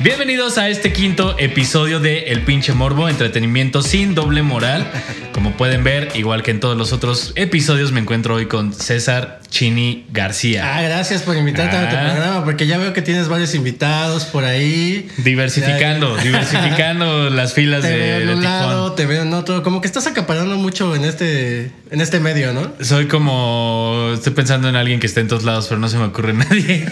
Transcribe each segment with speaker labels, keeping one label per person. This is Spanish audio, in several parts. Speaker 1: Bienvenidos a este quinto episodio de El pinche morbo, entretenimiento sin doble moral. Como pueden ver, igual que en todos los otros episodios, me encuentro hoy con César Chini García.
Speaker 2: Ah, gracias por invitarte a tu
Speaker 1: Ah.
Speaker 2: programa, porque ya veo que tienes varios invitados por ahí.
Speaker 1: Diversificando, diversificando las filas
Speaker 2: Te
Speaker 1: de,
Speaker 2: veo en
Speaker 1: de
Speaker 2: un
Speaker 1: Tijuana.
Speaker 2: lado, te veo en otro. Como que estás acaparando mucho en este, en este medio, ¿no?
Speaker 1: Soy como. Estoy pensando en alguien que esté en todos lados, pero no se me ocurre nadie.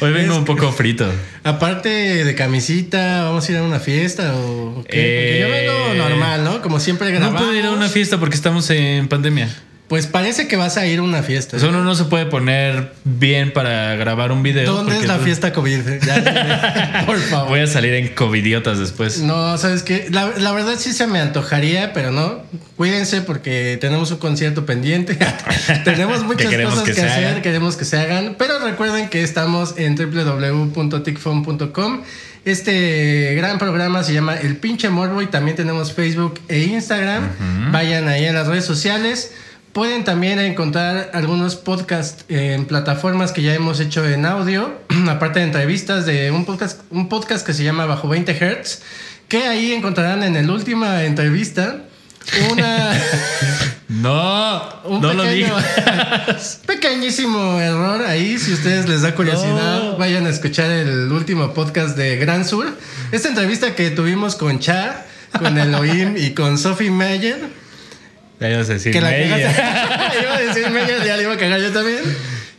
Speaker 1: Hoy vengo un poco frito.
Speaker 2: Aparte de camisita, ¿vamos a ir a una fiesta o qué?
Speaker 1: Eh,
Speaker 2: Porque yo vengo normal, ¿no? Como siempre
Speaker 1: No
Speaker 2: grabamos.
Speaker 1: puedo ir a una fiesta porque estamos en pandemia.
Speaker 2: Pues parece que vas a ir a una
Speaker 1: O
Speaker 2: fiesta.
Speaker 1: sea, uno no se puede poner bien para grabar un video.
Speaker 2: ¿Dónde es
Speaker 1: porque
Speaker 2: la
Speaker 1: tú-
Speaker 2: fiesta COVID? Ya dime. por favor.
Speaker 1: Voy a salir en covidiotas después.
Speaker 2: No, sabes que la, la verdad sí se me antojaría, pero no. Cuídense porque tenemos un concierto pendiente. tenemos muchas
Speaker 1: queremos
Speaker 2: cosas
Speaker 1: que
Speaker 2: que,
Speaker 1: se
Speaker 2: hacer,
Speaker 1: hagan.
Speaker 2: queremos que se hagan. Pero recuerden que estamos en www.ticfon.com. Este gran programa se llama El Pinche Morbo y también tenemos Facebook e Instagram. Vayan ahí a las redes sociales. Pueden también encontrar algunos podcasts en plataformas que ya hemos hecho en audio, aparte de entrevistas de un podcast, un podcast que se llama Bajo 20 Hertz, que ahí encontrarán en la última entrevista una,
Speaker 1: No,
Speaker 2: un
Speaker 1: no lo digo.
Speaker 2: pequeñísimo error ahí. Si ustedes les da curiosidad,
Speaker 1: No.
Speaker 2: vayan a escuchar el último podcast de Gran Sur. Esta entrevista que tuvimos con Cha, con Elohim y con Sophie Mayer.
Speaker 1: Ya ibas a decir
Speaker 2: que la
Speaker 1: media.
Speaker 2: cagaste. iba a decir media, ya la iba a cagar yo también.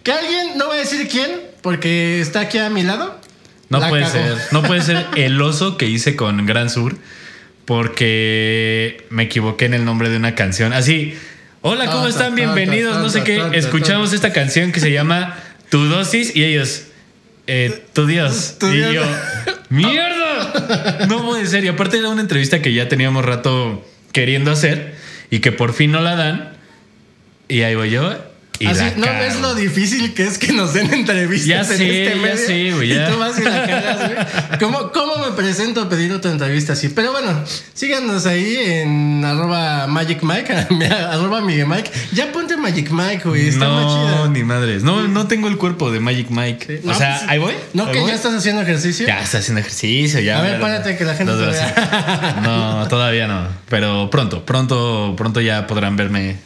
Speaker 2: Que alguien, no voy a decir quién, porque está aquí a mi lado.
Speaker 1: No
Speaker 2: La
Speaker 1: puede
Speaker 2: cagó.
Speaker 1: ser. No puede ser el oso que hice con Gran Sur porque me equivoqué en el nombre de una canción. Así, hola, ¿cómo
Speaker 2: Tonto,
Speaker 1: están?
Speaker 2: tonto,
Speaker 1: Bienvenidos. No sé
Speaker 2: tonto,
Speaker 1: qué.
Speaker 2: tonto,
Speaker 1: Escuchamos esta canción que se llama Tu dosis y ellos, eh, tu Dios.
Speaker 2: Tu
Speaker 1: y
Speaker 2: Dios.
Speaker 1: yo, ¡mierda! No puede ser. Y aparte era una entrevista que ya teníamos rato queriendo hacer y que por fin no la dan. Y ahí voy yo. Y
Speaker 2: Así,
Speaker 1: la
Speaker 2: no
Speaker 1: cago.
Speaker 2: ves lo difícil que es que nos den entrevistas
Speaker 1: Ya
Speaker 2: en
Speaker 1: sé,
Speaker 2: este
Speaker 1: ya
Speaker 2: medio.
Speaker 1: sé, güey, ya.
Speaker 2: Y tú vas y la cagas, güey. ¿Cómo, ¿Cómo me presento a pedir otra entrevista así? Pero bueno, síganos ahí en arroba Magic Mike, arroba Miguel Mike. Ya ponte Magic Mike, güey. Está más
Speaker 1: No,
Speaker 2: chida.
Speaker 1: ni madres. No, no tengo el cuerpo de Magic Mike.
Speaker 2: No,
Speaker 1: o sea,
Speaker 2: pues,
Speaker 1: ahí voy.
Speaker 2: No,
Speaker 1: ¿Ahí
Speaker 2: que
Speaker 1: voy?
Speaker 2: ya estás haciendo ejercicio.
Speaker 1: Ya está haciendo ejercicio, ya.
Speaker 2: A ver,
Speaker 1: mira.
Speaker 2: párate, que la gente
Speaker 1: Los
Speaker 2: te
Speaker 1: brazos. No, todavía no. Pero pronto, pronto, pronto ya podrán verme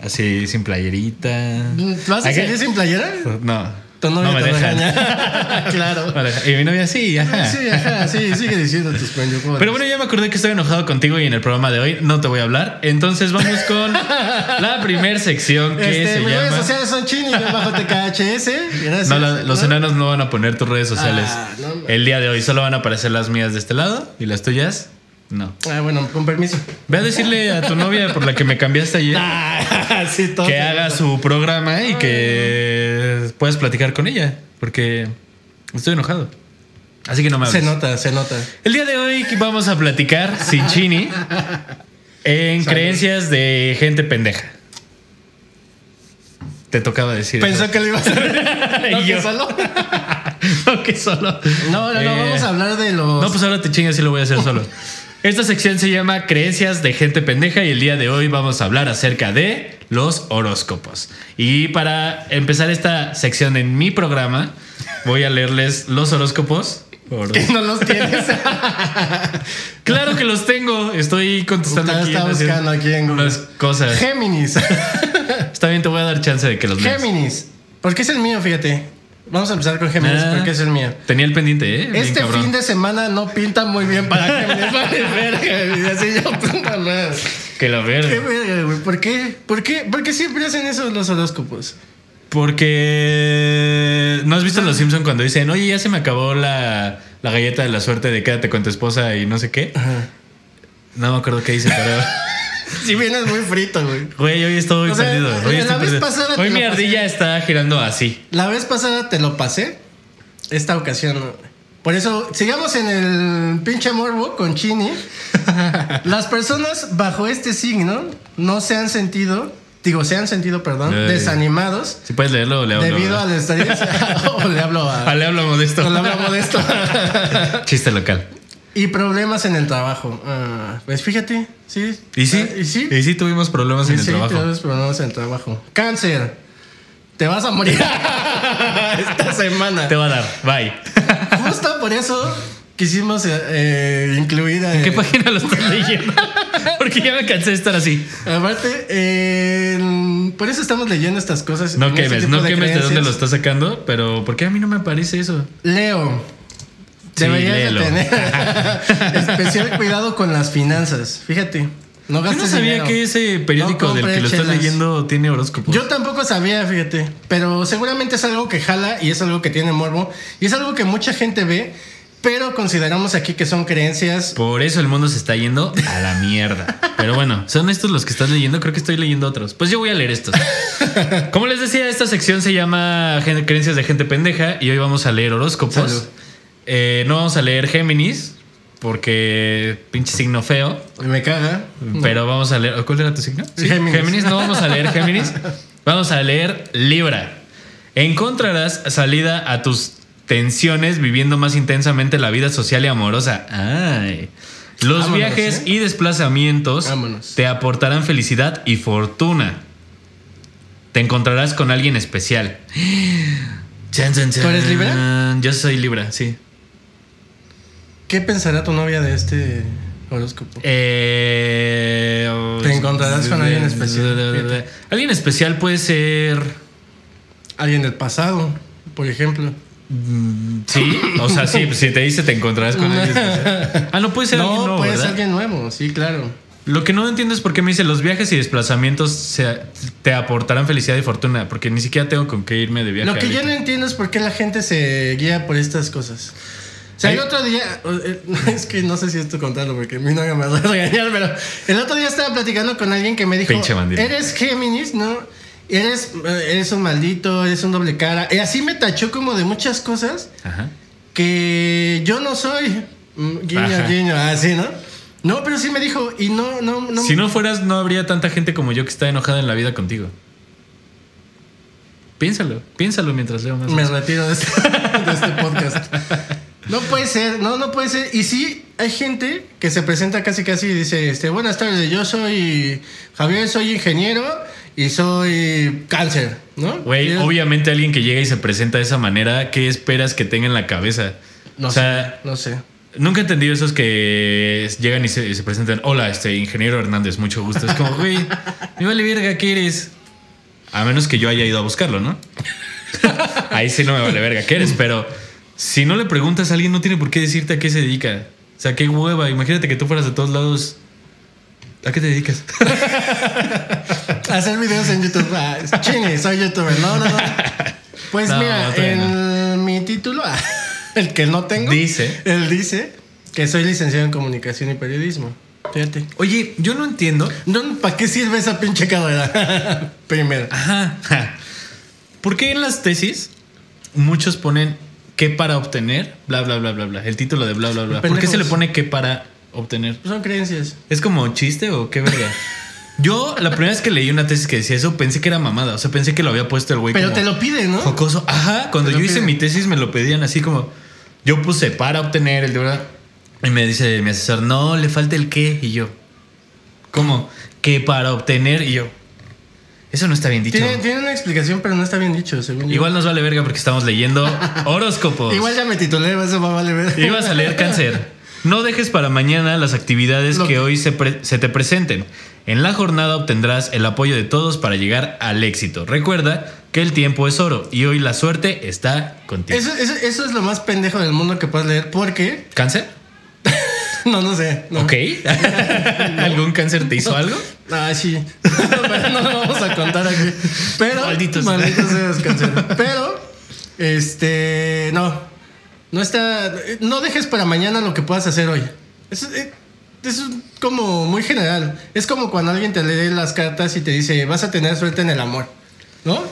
Speaker 1: así sin playerita.
Speaker 2: ¿Vas a
Speaker 1: Hay que-
Speaker 2: salir sin playera?
Speaker 1: No.
Speaker 2: Tu novia
Speaker 1: no me
Speaker 2: te
Speaker 1: dejan.
Speaker 2: regaña. claro.
Speaker 1: No me dejan. Y mi novia sí, ajá.
Speaker 2: Sí, pues. ajá, sí, sigue diciendo tus pendejadas.
Speaker 1: Pero bueno, ya me acordé que estoy enojado contigo y en el programa de hoy no te voy a hablar. Entonces vamos con la primer sección que
Speaker 2: Este,
Speaker 1: se
Speaker 2: mis redes
Speaker 1: llama.
Speaker 2: sociales son chini yo bajo TKHS. Gracias.
Speaker 1: No, la- los
Speaker 2: ¿No?
Speaker 1: enanos no van a poner tus redes sociales
Speaker 2: Ah, no, no.
Speaker 1: el día de hoy. Solo van a aparecer las mías de este lado y las tuyas. No.
Speaker 2: Ah, bueno, con permiso.
Speaker 1: Ve a decirle a tu novia por la que me cambiaste ayer
Speaker 2: Ah, sí, todo.
Speaker 1: que haga su programa y que puedas platicar con ella. Porque estoy enojado. Así que no me
Speaker 2: Se
Speaker 1: hables.
Speaker 2: nota, se nota.
Speaker 1: El día de hoy vamos a platicar sin Chini en creencias de gente pendeja. Te tocaba decir.
Speaker 2: Pensó que lo ibas a
Speaker 1: eso.
Speaker 2: no,
Speaker 1: Y
Speaker 2: que
Speaker 1: yo,
Speaker 2: solo.
Speaker 1: no, que solo.
Speaker 2: No, no, no,
Speaker 1: Eh,
Speaker 2: vamos a hablar de los.
Speaker 1: No, pues ahora te chingas y lo voy a hacer solo. Esta sección se llama Creencias de gente pendeja y el día de hoy vamos a hablar acerca de los horóscopos. Y para empezar esta sección en mi programa, voy a leerles los horóscopos.
Speaker 2: que no los tienes.
Speaker 1: Claro que los tengo, estoy contestando
Speaker 2: Puta,
Speaker 1: aquí.
Speaker 2: está
Speaker 1: haciendo
Speaker 2: buscando aquí en Google.
Speaker 1: unas cosas.
Speaker 2: Géminis.
Speaker 1: Está bien, te voy a dar chance de que los leas.
Speaker 2: Géminis. Porque es el mío, fíjate. Vamos a empezar con Géminis,
Speaker 1: Ah.
Speaker 2: porque es el mío.
Speaker 1: Tenía el pendiente, ¿eh? Bien
Speaker 2: Este
Speaker 1: cabrón.
Speaker 2: fin de semana no pinta muy bien para Géminis. Vale, verga, güey. Así yo, puta madre.
Speaker 1: Que lo
Speaker 2: Qué
Speaker 1: vean.
Speaker 2: verga, güey. ¿Por qué? ¿Por qué? ¿Por qué siempre hacen eso los horóscopos?
Speaker 1: Porque no has visto Los Simpson cuando dicen, oye, ya se me acabó la, la galleta de la suerte de quédate con tu esposa y no sé qué. No me acuerdo qué dice, pero.
Speaker 2: Si vienes muy frito, güey.
Speaker 1: Güey, hoy estoy
Speaker 2: O sea,
Speaker 1: perdido. Hoy, estoy
Speaker 2: la vez
Speaker 1: perdido.
Speaker 2: pasada te
Speaker 1: Hoy
Speaker 2: lo
Speaker 1: mi
Speaker 2: pasé.
Speaker 1: ardilla está girando así.
Speaker 2: La vez pasada te lo pasé. Esta ocasión. no. Por eso, sigamos en el pinche morbo con Chini. Las personas bajo este signo no se han sentido, digo, se han sentido, perdón,
Speaker 1: Ay.
Speaker 2: desanimados
Speaker 1: Si puedes leerlo, le hablo.
Speaker 2: debido a la estadística. o le hablo a.
Speaker 1: Ah, le hablo modesto.
Speaker 2: o le hablo modesto.
Speaker 1: Chiste local.
Speaker 2: y problemas en el trabajo. Ah, pues fíjate, sí.
Speaker 1: ¿Y sí?
Speaker 2: Ah, ¿Y sí?
Speaker 1: Y sí tuvimos problemas en el
Speaker 2: sí,
Speaker 1: trabajo.
Speaker 2: tienes problemas en el trabajo. Cáncer. Te vas a morir esta semana.
Speaker 1: Te va a dar. Bye.
Speaker 2: Justo Justo por eso quisimos eh, eh, incluir a.
Speaker 1: ¿En qué página lo estás leyendo? Porque ya me cansé de estar así.
Speaker 2: Aparte, eh, por eso estamos leyendo estas cosas.
Speaker 1: No
Speaker 2: en este
Speaker 1: quemes,
Speaker 2: tipo
Speaker 1: no
Speaker 2: de
Speaker 1: quemes de dónde
Speaker 2: creencias.
Speaker 1: lo estás sacando, pero ¿por qué a mí no me aparece eso?
Speaker 2: Leo.
Speaker 1: Sí,
Speaker 2: Deberías de
Speaker 1: léelo.
Speaker 2: tener especial cuidado con las finanzas. Fíjate, no
Speaker 1: Yo
Speaker 2: gastes
Speaker 1: no sabía
Speaker 2: dinero.
Speaker 1: que ese periódico
Speaker 2: No
Speaker 1: del que
Speaker 2: compre
Speaker 1: lo estás
Speaker 2: chelas.
Speaker 1: leyendo tiene horóscopos.
Speaker 2: Yo tampoco sabía, fíjate. Pero seguramente es algo que jala y es algo que tiene morbo. Y es algo que mucha gente ve, pero consideramos aquí que son creencias.
Speaker 1: Por eso el mundo se está yendo a la mierda. Pero bueno, son estos los que estás leyendo. Creo que estoy leyendo otros. Pues yo voy a leer estos. Como les decía, esta sección se llama Gen- Creencias de Gente Pendeja y hoy vamos a leer
Speaker 2: Salud.
Speaker 1: horóscopos. Eh, no vamos a leer Géminis porque pinche signo feo.
Speaker 2: Me caga.
Speaker 1: Pero vamos a leer. ¿Cuál era tu signo? Sí,
Speaker 2: Géminis.
Speaker 1: No vamos a leer Géminis. Vamos a leer Libra. Encontrarás salida a tus tensiones viviendo más intensamente la vida social y amorosa. Ay. Los
Speaker 2: Vámonos,
Speaker 1: viajes
Speaker 2: ¿eh?
Speaker 1: y desplazamientos
Speaker 2: Vámonos.
Speaker 1: te aportarán felicidad y fortuna. Te encontrarás con alguien especial. Chan, chan,
Speaker 2: ¿Tú eres
Speaker 1: chan.
Speaker 2: Libra?
Speaker 1: Yo soy Libra, sí.
Speaker 2: ¿Qué pensará tu novia de este horóscopo?
Speaker 1: Eh, oh,
Speaker 2: Te encontrarás con alguien especial.
Speaker 1: Alguien especial puede ser.
Speaker 2: Alguien del pasado, por ejemplo.
Speaker 1: mm, Sí, o sea, sí, si te dice te encontrarás con alguien especial. Ah, no puede ser alguien
Speaker 2: No,
Speaker 1: nuevo,
Speaker 2: puede
Speaker 1: ¿verdad?
Speaker 2: ser alguien nuevo, sí, claro.
Speaker 1: Lo que no entiendo es por qué me dice los viajes y desplazamientos se- te aportarán felicidad y fortuna, porque ni siquiera tengo con qué irme de viaje.
Speaker 2: Lo que yo no
Speaker 1: ahorita.
Speaker 2: entiendo es por qué la gente se guía por estas cosas. O sea, el
Speaker 1: Ahí-
Speaker 2: otro día, eh, es que no sé si esto contarlo porque mi novia me va a regañar, pero el otro día estaba platicando con alguien que me dijo,
Speaker 1: Pinche bandido.
Speaker 2: eres Géminis, ¿no? Eres, eh, eres un maldito, eres un doble cara. Y así me tachó como de muchas cosas
Speaker 1: Ajá.
Speaker 2: que yo no soy. Mm, Guiño,
Speaker 1: Ajá.
Speaker 2: guiño, así, ¿no? No, pero sí me dijo, y no, no, no.
Speaker 1: Si no fueras, no habría tanta gente como yo que está enojada en la vida contigo. Piénsalo, piénsalo mientras leo más.
Speaker 2: Me retiro de este, de este podcast. No puede ser, no, no puede ser. Y sí, hay gente que se presenta casi casi y dice, este, buenas tardes, yo soy Javier, soy ingeniero y soy cáncer, ¿no?
Speaker 1: Güey,
Speaker 2: Y es-
Speaker 1: obviamente alguien que llega y se presenta de esa manera, ¿qué esperas que tenga en la cabeza?
Speaker 2: No
Speaker 1: o sea,
Speaker 2: sé, no sé.
Speaker 1: nunca he entendido esos que llegan y se, y se presentan. Hola, este ingeniero Hernández, mucho gusto. Es como, güey, me vale verga, ¿qué eres? A menos que yo haya ido a buscarlo, ¿no? Ahí sí no me vale verga, ¿qué eres? Pero si no le preguntas a alguien, no tiene por qué decirte a qué se dedica. O sea, qué hueva. Imagínate que tú fueras de todos lados. ¿A qué te dedicas?
Speaker 2: Hacer videos en YouTube. Ah, chini, soy youtuber. No, no, no. Pues
Speaker 1: No,
Speaker 2: mira,
Speaker 1: todavía
Speaker 2: en mi título, ah, el que no tengo,
Speaker 1: Dice.
Speaker 2: él dice que soy licenciado en comunicación y periodismo. Fíjate.
Speaker 1: Oye, yo no entiendo.
Speaker 2: No, ¿Para qué sirve esa pinche carrera? Primero.
Speaker 1: Ajá. Ja. ¿Por qué en las tesis muchos ponen qué para obtener? Bla, bla, bla, bla, bla. El título de bla, bla, bla. ¿Por qué se le
Speaker 2: Pendejos.
Speaker 1: pone qué para obtener?
Speaker 2: Son creencias.
Speaker 1: ¿Es como chiste o qué verga? Yo la primera vez que leí una tesis que decía eso pensé que era mamada. O sea, pensé que lo había puesto el güey
Speaker 2: Pero
Speaker 1: como
Speaker 2: te lo piden, ¿no?
Speaker 1: jocoso. Ajá. Cuando
Speaker 2: Te
Speaker 1: yo
Speaker 2: lo
Speaker 1: hice
Speaker 2: piden.
Speaker 1: mi tesis me lo pedían así como... Yo puse para obtener el de verdad. Y me dice mi asesor, no, le falta el qué. Y yo, ¿cómo? ¿Qué para obtener? Y yo, eso no está bien dicho.
Speaker 2: Tiene, tiene una explicación, pero no está bien dicho, según yo.
Speaker 1: Igual nos vale verga porque estamos leyendo horóscopos.
Speaker 2: Igual ya me titulé, eso va a valer ver.
Speaker 1: Ibas a leer cáncer. No dejes para mañana las actividades
Speaker 2: Lo
Speaker 1: que
Speaker 2: que-
Speaker 1: hoy se, pre- se te presenten. En la jornada obtendrás el apoyo de todos para llegar al éxito. Recuerda que el tiempo es oro y hoy la suerte está contigo.
Speaker 2: Eso, eso, eso es lo más pendejo del mundo que puedes leer, porque.
Speaker 1: ¿Cáncer?
Speaker 2: No, no sé. No.
Speaker 1: Ok. ¿Algún cáncer te hizo algo?
Speaker 2: Ah, sí. Pero no lo vamos a contar aquí. Pero.
Speaker 1: Maldito sea.
Speaker 2: maldito sea, descansar. Pero. Este. No. No está. No dejes para mañana lo que puedas hacer hoy. Eso eh, eso es como muy general. Es como cuando alguien te lee las cartas y te dice, vas a tener suerte en el amor. ¿No?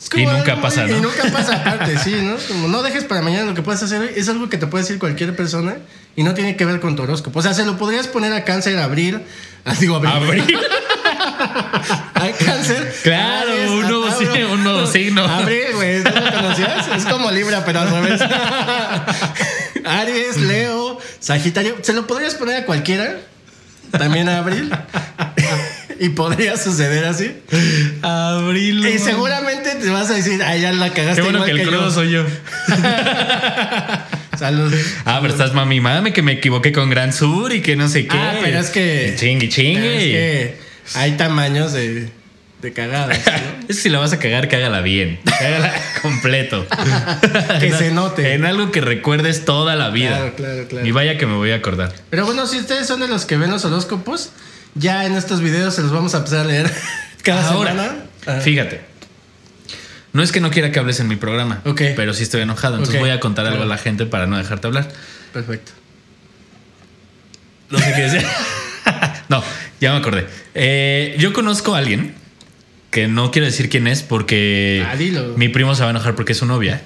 Speaker 2: Es como
Speaker 1: Y nunca
Speaker 2: algo muy-
Speaker 1: pasa, ¿no?
Speaker 2: Y nunca pasa aparte, sí, ¿no? Como no dejes para mañana lo que puedas hacer hoy. Es algo que te puede decir cualquier persona y no tiene que ver con tu horóscopo. O sea, se lo podrías poner a cáncer, abril. ah, Digo, abril.
Speaker 1: Abril.
Speaker 2: Hay cáncer.
Speaker 1: Claro,
Speaker 2: Aries,
Speaker 1: un nuevo
Speaker 2: Tauro.
Speaker 1: signo, un nuevo signo.
Speaker 2: Abril, güey, ¿no lo conocías? Es como Libra, pero al revés. Aries, Leo, Sagitario. Se lo podrías poner a cualquiera. También a Abril. y podría suceder así.
Speaker 1: Abril.
Speaker 2: Y seguramente te vas a decir, ah, ya la
Speaker 1: Qué
Speaker 2: cagaste.
Speaker 1: bueno
Speaker 2: igual
Speaker 1: que el
Speaker 2: yo".
Speaker 1: crudo soy yo.
Speaker 2: Salud.
Speaker 1: Ah, pero estás mami, mami, que me equivoqué con Gran Sur y que no sé qué.
Speaker 2: Ah, pero es que-
Speaker 1: Y Chingue,
Speaker 2: Pero
Speaker 1: chingue.
Speaker 2: es que hay tamaños de, de cagadas. ¿no?
Speaker 1: Eso si la vas a cagar, cágala bien. Cágala completo.
Speaker 2: Que
Speaker 1: En-
Speaker 2: se note.
Speaker 1: En algo que recuerdes toda la vida.
Speaker 2: Claro, claro, claro.
Speaker 1: Y vaya que me voy a acordar.
Speaker 2: Pero bueno, si ustedes son de los que ven los horóscopos, ya en estos videos se los vamos a empezar a leer cada
Speaker 1: Ahora,
Speaker 2: semana. Ah, Ajá.
Speaker 1: fíjate. No es que no quiera que hables en mi programa,
Speaker 2: Ok.
Speaker 1: pero sí estoy enojado. Entonces
Speaker 2: Ok.
Speaker 1: voy a contar algo a
Speaker 2: Claro.
Speaker 1: la gente para no dejarte hablar.
Speaker 2: Perfecto.
Speaker 1: No sé qué decir. no, ya me acordé. Eh, yo conozco a alguien que no quiero decir quién es porque
Speaker 2: Ah, dilo.
Speaker 1: mi primo se va a enojar porque es su novia.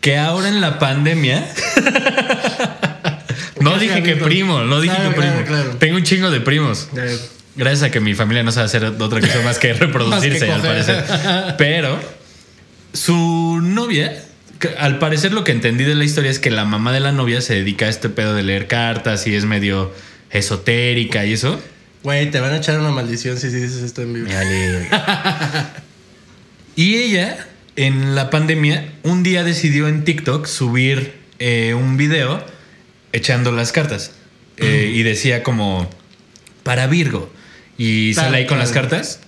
Speaker 1: Que ahora en la pandemia. no
Speaker 2: Ya
Speaker 1: dije
Speaker 2: sé,
Speaker 1: que
Speaker 2: amigo.
Speaker 1: primo, no dije
Speaker 2: Claro,
Speaker 1: que primo.
Speaker 2: claro, claro.
Speaker 1: Tengo un chingo de primos.
Speaker 2: Ya,
Speaker 1: Gracias a que mi familia no sabe hacer otra cosa más que reproducirse, al
Speaker 2: coger.
Speaker 1: parecer. Pero su novia, que al parecer lo que entendí de la historia es que la mamá de la novia se dedica a este pedo de leer cartas y es medio esotérica y eso.
Speaker 2: Güey, te van a echar una maldición si dices esto en vivo.
Speaker 1: y ella, en la pandemia, un día decidió en TikTok subir eh, un video echando las cartas. Eh, y decía como, para Virgo. Y
Speaker 2: Claro,
Speaker 1: sale ahí con
Speaker 2: claro.
Speaker 1: las cartas.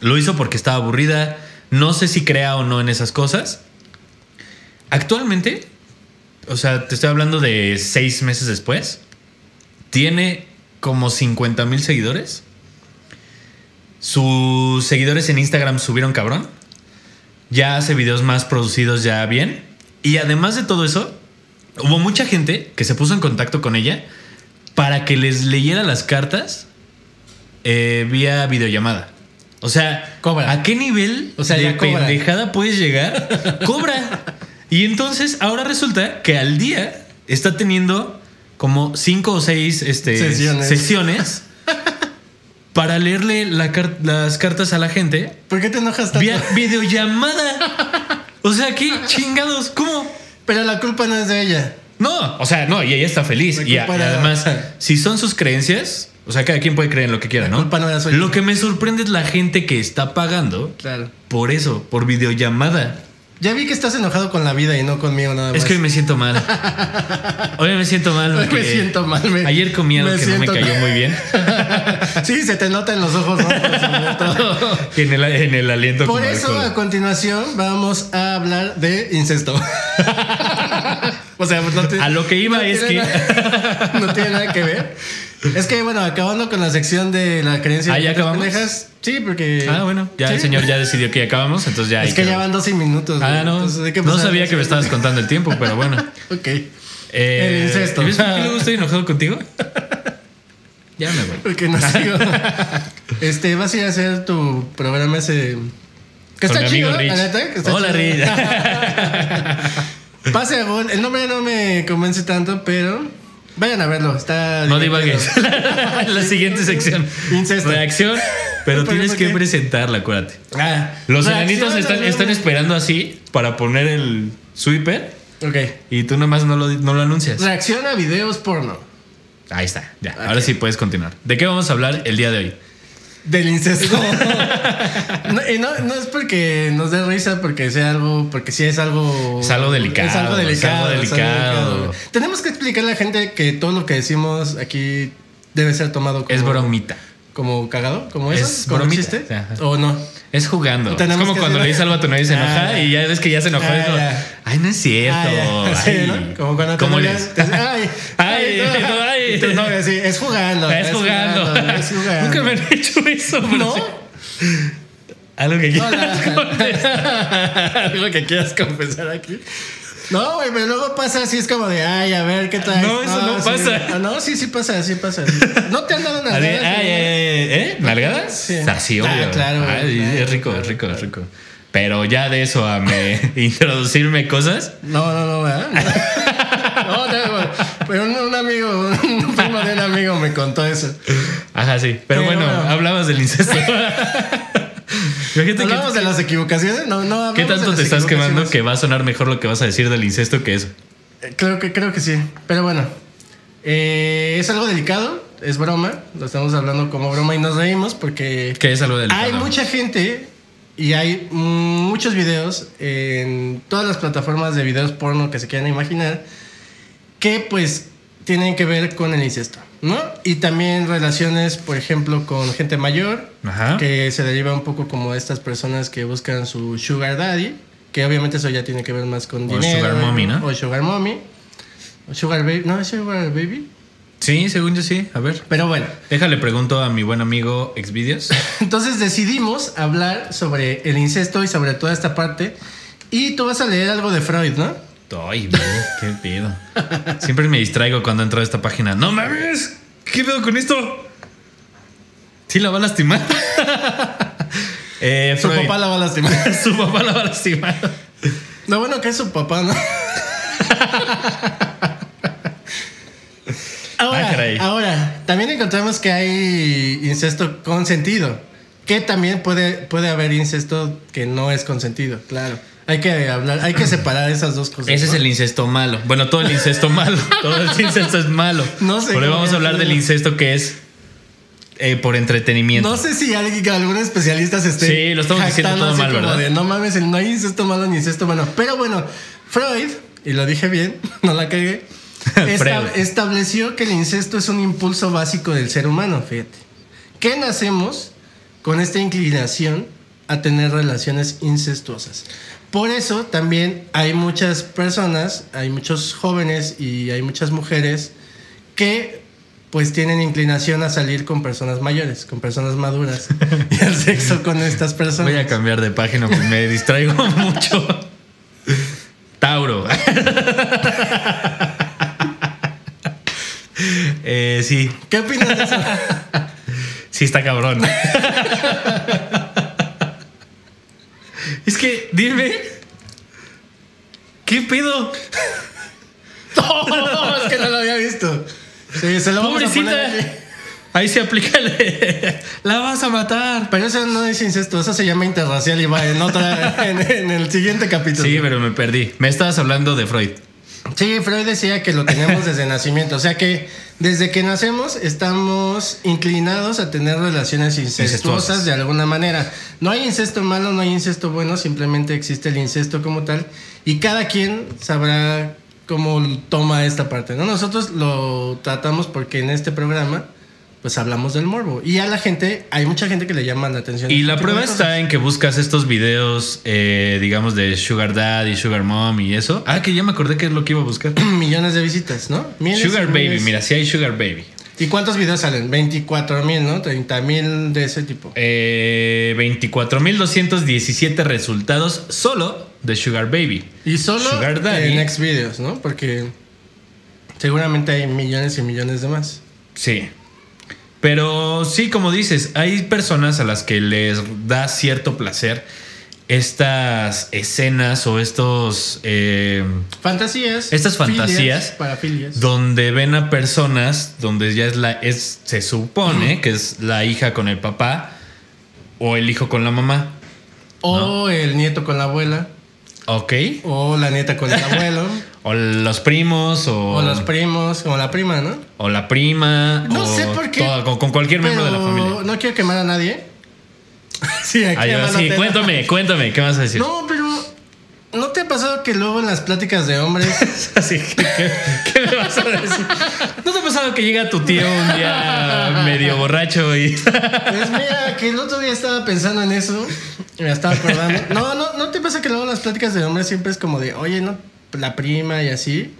Speaker 1: Lo hizo porque estaba aburrida. No sé si crea o no en esas cosas. Actualmente, o sea, te estoy hablando de seis meses después, tiene como 50 mil seguidores. Sus seguidores en Instagram subieron cabrón. Ya hace videos más producidos ya bien. Y además de todo eso, hubo mucha gente que se puso en contacto con ella para que les leyera las cartas eh, vía videollamada. O sea,
Speaker 2: Cobra.
Speaker 1: ¿a qué nivel
Speaker 2: O sea,
Speaker 1: de
Speaker 2: ya cobra.
Speaker 1: pendejada puedes llegar? Cobra. Y entonces ahora resulta que al día está teniendo como cinco o seis este,
Speaker 2: Sesiones.
Speaker 1: sesiones para leerle la car- las cartas a la gente
Speaker 2: ¿Por qué te enojas tanto?
Speaker 1: vía videollamada. O sea, qué chingados, ¿cómo?
Speaker 2: Pero la culpa no es de ella.
Speaker 1: No, o sea, no, y ella está feliz.
Speaker 2: Me
Speaker 1: Y, a- y
Speaker 2: compara-
Speaker 1: además, si son sus creencias, o sea, cada quien puede creer en lo que quiera, ¿no?
Speaker 2: culpa no la soy
Speaker 1: lo
Speaker 2: yo.
Speaker 1: que me sorprende es la gente que está pagando
Speaker 2: Claro.
Speaker 1: por eso, por videollamada.
Speaker 2: Ya vi que estás enojado con la vida y no conmigo nada más.
Speaker 1: Es que hoy me siento mal. Hoy me siento mal.
Speaker 2: Hoy me
Speaker 1: porque
Speaker 2: siento mal. me-
Speaker 1: Ayer comí algo
Speaker 2: me
Speaker 1: que no me
Speaker 2: siento-
Speaker 1: cayó muy bien.
Speaker 2: Sí, se te nota en los ojos. ¿no? Por supuesto.
Speaker 1: Y en, el, en el aliento.
Speaker 2: Por
Speaker 1: como
Speaker 2: eso
Speaker 1: alcohol.
Speaker 2: a continuación vamos a hablar de incesto. o sea, pues no te-
Speaker 1: A lo que iba es
Speaker 2: tiene
Speaker 1: que-
Speaker 2: nada- no tiene nada que ver. Es que bueno, acabando con la sección de la creencia.
Speaker 1: ¿Ah,
Speaker 2: de
Speaker 1: ya
Speaker 2: las
Speaker 1: acabamos?
Speaker 2: pendejas, sí, porque
Speaker 1: Ah, bueno. Ya
Speaker 2: Sí.
Speaker 1: el señor ya decidió que ya acabamos, entonces ya.
Speaker 2: Es
Speaker 1: ahí
Speaker 2: que
Speaker 1: quedó.
Speaker 2: ya van 12 minutos.
Speaker 1: Ah,
Speaker 2: güey,
Speaker 1: no.
Speaker 2: entonces hay que
Speaker 1: no
Speaker 2: pasar-
Speaker 1: sabía que me estabas contando el tiempo, pero bueno.
Speaker 2: Ok.
Speaker 1: Eh,
Speaker 2: El incesto.
Speaker 1: ¿y ¿Ves por qué luego estoy enojado contigo? Ya me voy.
Speaker 2: Porque no sigo. este, vas a ir a hacer tu programa ese. Que
Speaker 1: Con
Speaker 2: está
Speaker 1: mi
Speaker 2: chido,
Speaker 1: amigo Rich.
Speaker 2: la neta, que está
Speaker 1: Hola,
Speaker 2: chido.
Speaker 1: Rich.
Speaker 2: Pase a gol. El nombre no me convence tanto, pero vayan a verlo. Está
Speaker 1: No
Speaker 2: divertido.
Speaker 1: divagues. la siguiente sección.
Speaker 2: Incesto.
Speaker 1: Reacción. Pero
Speaker 2: Pero
Speaker 1: tienes
Speaker 2: ¿por
Speaker 1: que
Speaker 2: qué?
Speaker 1: presentarla, acuérdate.
Speaker 2: Ah,
Speaker 1: Los
Speaker 2: reacciona,
Speaker 1: enanitos están,
Speaker 2: güey.
Speaker 1: están esperando así para poner el sweeper
Speaker 2: Ok.
Speaker 1: y tú nomás no lo, no lo anuncias.
Speaker 2: Reacciona a videos porno
Speaker 1: Ahí está, ya.
Speaker 2: Ah,
Speaker 1: Ahora
Speaker 2: ok.
Speaker 1: sí puedes continuar. ¿De qué vamos a hablar el día de hoy?
Speaker 2: del incesto. no, y no, no es porque nos dé risa, porque sea algo, porque sí es algo.
Speaker 1: Es algo delicado,
Speaker 2: Es algo
Speaker 1: es algo
Speaker 2: delicado. es algo
Speaker 1: delicado.
Speaker 2: delicado. Tenemos que explicarle a la gente que todo lo que decimos aquí debe ser tomado como.
Speaker 1: Es bromita.
Speaker 2: Como cagado, como eso.
Speaker 1: Es
Speaker 2: como
Speaker 1: bromita,
Speaker 2: chiste.
Speaker 1: ajá.
Speaker 2: O no.
Speaker 1: Es jugando. Es
Speaker 2: Tenemos
Speaker 1: como
Speaker 2: que
Speaker 1: cuando
Speaker 2: hacer-
Speaker 1: le dices algo a tu novia y se enoja
Speaker 2: Ah,
Speaker 1: y ya ves que ya se enojó.
Speaker 2: ah,
Speaker 1: es como,
Speaker 2: ya.
Speaker 1: Ay, no es cierto.
Speaker 2: Ah, ya. Sí,
Speaker 1: ay,
Speaker 2: ¿no? Como cuando te
Speaker 1: ¿Cómo le
Speaker 2: novias, te dice, Ay,
Speaker 1: Ay,
Speaker 2: no,
Speaker 1: ay.
Speaker 2: Y tu novia, sí, es jugando.
Speaker 1: Es jugando.
Speaker 2: Es jugando.
Speaker 1: Nunca me han hecho eso, pero
Speaker 2: ¿No?
Speaker 1: sí. Algo que
Speaker 2: No, la-
Speaker 1: quieras contestar.
Speaker 2: Algo que quieras confesar aquí. No, güey, pero luego pasa así, es como de, ay, a ver, ¿qué tal?
Speaker 1: No, eso no pasa.
Speaker 2: no, sí, sí pasa, sí pasa. No te han dado nada.
Speaker 1: Así, ay, ay, ay, ¿Eh? ¿Nalgadas?
Speaker 2: Sí.
Speaker 1: Así,
Speaker 2: Ah,
Speaker 1: obvio.
Speaker 2: claro,
Speaker 1: Ay,
Speaker 2: claro,
Speaker 1: es rico,
Speaker 2: claro,
Speaker 1: es rico, es rico. Pero ya de eso a me introducirme cosas.
Speaker 2: No, no, no, ¿verdad? No, no, güey. pero un, un amigo, un primo de un amigo me contó eso.
Speaker 1: Ajá, sí. Pero,
Speaker 2: Pero
Speaker 1: bueno,
Speaker 2: bueno.
Speaker 1: hablabas del incesto. Imagínate
Speaker 2: Hablamos
Speaker 1: que.
Speaker 2: de las equivocaciones, no, no. hablamos
Speaker 1: ¿Qué
Speaker 2: de
Speaker 1: tanto
Speaker 2: las
Speaker 1: te estás quemando
Speaker 2: equivocaciones.
Speaker 1: que va a sonar mejor lo que vas a decir del incesto que eso?
Speaker 2: Eh, Creo que, creo que sí. Pero bueno, eh, es algo delicado, es broma. Lo estamos hablando como broma y nos reímos porque
Speaker 1: Que es algo del
Speaker 2: hay mucha gente Y hay mm, muchos videos en todas las plataformas de videos porno que se quieran imaginar que pues tienen que ver con el incesto, ¿no? Y también relaciones, por ejemplo, con gente mayor,
Speaker 1: Ajá.
Speaker 2: que se deriva un poco como de estas personas que buscan su sugar daddy, que obviamente eso ya tiene que ver más con
Speaker 1: O
Speaker 2: dinero.
Speaker 1: sugar mommy, ¿no?
Speaker 2: O sugar mommy. O sugar baby. No, es sugar baby.
Speaker 1: Sí, según yo sí. A ver.
Speaker 2: Pero bueno,
Speaker 1: Déjale pregunto a mi buen amigo Xvideos.
Speaker 2: Entonces decidimos hablar sobre el incesto y sobre toda esta parte. Y tú vas a leer algo de Freud, ¿no?
Speaker 1: Ay, güey, qué pedo. Siempre me distraigo cuando entro a esta página. ¡No mames! ¿Qué pedo con esto? Sí, la va a lastimar. Eh,
Speaker 2: Su
Speaker 1: Freud.
Speaker 2: papá la Pues va a lastimar.
Speaker 1: Su papá la va a lastimar.
Speaker 2: Lo bueno que es su papá, ¿no? ahora,
Speaker 1: Ah, caray.
Speaker 2: ahora, también encontramos que hay incesto consentido. Que también puede, puede haber incesto que no es consentido, claro. Hay que hablar, hay que separar esas dos cosas.
Speaker 1: Ese es
Speaker 2: ¿no?
Speaker 1: el incesto malo. Bueno, todo el incesto malo. Todo el incesto es malo.
Speaker 2: No sé
Speaker 1: Pero
Speaker 2: cómo
Speaker 1: vamos a hablar
Speaker 2: decirlo.
Speaker 1: del incesto que es eh, por entretenimiento.
Speaker 2: No sé si alguien, algún especialista se esté.
Speaker 1: Sí, lo estamos diciendo
Speaker 2: jactando
Speaker 1: todo
Speaker 2: así
Speaker 1: mal,
Speaker 2: como
Speaker 1: ¿verdad?
Speaker 2: de, no mames, el no hay incesto malo ni incesto bueno. Pero bueno, Freud, y lo dije bien, no la cagué, esta-
Speaker 1: Freud.
Speaker 2: estableció que el incesto es un impulso básico del ser humano, fíjate. ¿Qué nacemos con esta inclinación a tener relaciones incestuosas? Por eso también hay muchas personas, hay muchos jóvenes y hay muchas mujeres que pues tienen inclinación a salir con personas mayores, con personas maduras y al sexo con estas personas.
Speaker 1: Voy a cambiar de página porque me distraigo mucho. Tauro. Eh, sí,
Speaker 2: ¿Qué opinas de eso?
Speaker 1: sí está cabrón. Es que, dime. ¿Qué pedo?
Speaker 2: no, no, es que no lo había visto. Sí, se lo vamos a poner
Speaker 1: Pobrecita.
Speaker 2: aquí.
Speaker 1: Ahí se aplica el- La vas a matar.
Speaker 2: Pero eso no es incesto, eso se llama interracial y va en otra, en, en el siguiente capítulo.
Speaker 1: Sí, pero me perdí. Me estabas hablando de Freud.
Speaker 2: Sí, Freud decía que lo tenemos desde nacimiento, o sea que desde que nacemos estamos inclinados a tener relaciones incestuosas
Speaker 1: Incestuosas.
Speaker 2: de alguna manera. No hay incesto malo, no hay incesto bueno, simplemente existe el incesto como tal y cada quien sabrá cómo toma esta parte, ¿no? Nosotros lo tratamos porque en este programa pues hablamos del morbo y a la gente, hay mucha gente que le llama la atención.
Speaker 1: Y
Speaker 2: este
Speaker 1: la
Speaker 2: tipo de
Speaker 1: prueba
Speaker 2: cosas.
Speaker 1: está en que buscas estos videos, eh, digamos, de Sugar Dad y Sugar Mom y eso. Ah, que ya me acordé que es lo que iba a buscar.
Speaker 2: millones de visitas, ¿no? Miles y
Speaker 1: Sugar Baby,
Speaker 2: miles.
Speaker 1: mira, si hay Sugar Baby.
Speaker 2: ¿Y cuántos videos salen? 24 mil, ¿no? 30 mil de ese tipo.
Speaker 1: Eh, 24.217 resultados solo de Sugar Baby.
Speaker 2: Y solo
Speaker 1: Sugar Daddy.
Speaker 2: en Next Videos, ¿no? Porque seguramente hay millones y millones de más.
Speaker 1: Sí. Pero sí, como dices, hay personas a las que les da cierto placer estas escenas o estos... eh,
Speaker 2: Fantasías.
Speaker 1: Estas fantasías
Speaker 2: Para filias.
Speaker 1: donde ven a personas donde ya es la es se supone que es la hija con el papá o el hijo con la mamá
Speaker 2: O el nieto con la abuela.
Speaker 1: ok
Speaker 2: O la nieta con el abuelo.
Speaker 1: o los primos o,
Speaker 2: o los primos. O la prima, ¿no?
Speaker 1: o la prima
Speaker 2: No
Speaker 1: o
Speaker 2: sé por qué,
Speaker 1: todo, con, con cualquier miembro de la
Speaker 2: Pero
Speaker 1: familia
Speaker 2: No quiero quemar a nadie. sí, hay que
Speaker 1: Ay,
Speaker 2: quemar
Speaker 1: sí,
Speaker 2: a nadie.
Speaker 1: cuéntame cuéntame qué vas a decir
Speaker 2: No, pero. ¿No te ha pasado que luego en las pláticas de hombres.
Speaker 1: Así que, ¿qué, qué me vas a decir no te ha pasado que llega tu tío un día medio borracho y
Speaker 2: pues mira, que el otro día estaba pensando en eso. Me estaba acordando. No, no, no te pasa que luego en las pláticas de hombres siempre es como de, oye, no, la prima y así.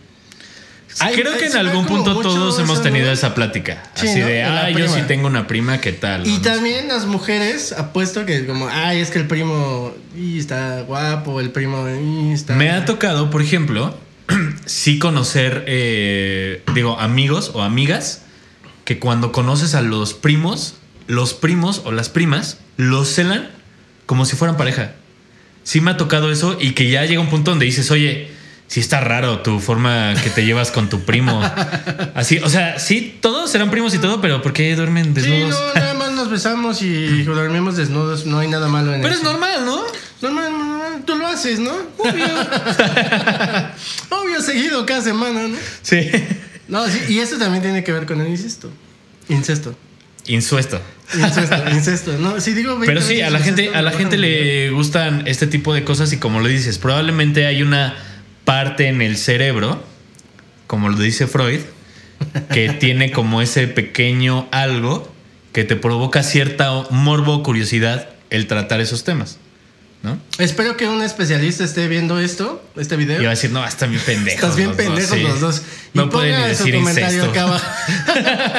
Speaker 2: Ay,
Speaker 1: creo que
Speaker 2: ay,
Speaker 1: en
Speaker 2: se ve
Speaker 1: algún
Speaker 2: como
Speaker 1: punto
Speaker 2: mucho
Speaker 1: todos
Speaker 2: eso,
Speaker 1: hemos tenido
Speaker 2: ¿no?
Speaker 1: esa plática
Speaker 2: Sí,
Speaker 1: así
Speaker 2: ¿no?
Speaker 1: de
Speaker 2: De la
Speaker 1: ah yo
Speaker 2: prima.
Speaker 1: sí tengo una prima qué tal
Speaker 2: Y
Speaker 1: ¿no?
Speaker 2: también las mujeres apuesto que como, ay, es que el primo y está guapo, el primo y está.
Speaker 1: Me ha tocado, por ejemplo, sí conocer, eh, digo, amigos o amigas que cuando conoces a los primos, los primos o las primas los celan como si fueran pareja. Sí me ha tocado eso y que ya llega un punto donde dices, oye, sí está raro tu forma que te llevas con tu primo. Así, o sea, sí, todos serán primos y todo, pero ¿por qué duermen
Speaker 2: Sí,
Speaker 1: desnudos?
Speaker 2: no, nada más nos besamos y dormimos desnudos, no hay nada malo en
Speaker 1: pero es
Speaker 2: eso.
Speaker 1: normal, ¿no?
Speaker 2: Normal, normal, tú lo haces, ¿no? Obvio. Obvio, seguido cada semana, ¿no?
Speaker 1: Sí.
Speaker 2: No, sí, y eso también tiene que ver con el incesto. Incesto.
Speaker 1: Insuesto.
Speaker 2: Incesto, incesto, ¿no? Si digo 20
Speaker 1: Pero sí,
Speaker 2: veces
Speaker 1: a la gente,
Speaker 2: incesto,
Speaker 1: a la
Speaker 2: me
Speaker 1: gente
Speaker 2: bajan de nivel.
Speaker 1: le gustan este tipo de cosas y como lo dices, probablemente hay una parte en el cerebro, como lo dice Freud, que tiene como ese pequeño algo que te provoca cierta morbo o curiosidad el tratar esos temas, ¿no?
Speaker 2: Espero que un especialista esté viendo esto, este
Speaker 1: Y va a
Speaker 2: video.
Speaker 1: decir, no, están bien pendejos.
Speaker 2: Estás bien
Speaker 1: los dos,
Speaker 2: pendejos
Speaker 1: sí.
Speaker 2: los dos. Y
Speaker 1: No pueden
Speaker 2: ponga
Speaker 1: ni
Speaker 2: su
Speaker 1: decir
Speaker 2: comentario
Speaker 1: incesto.
Speaker 2: acá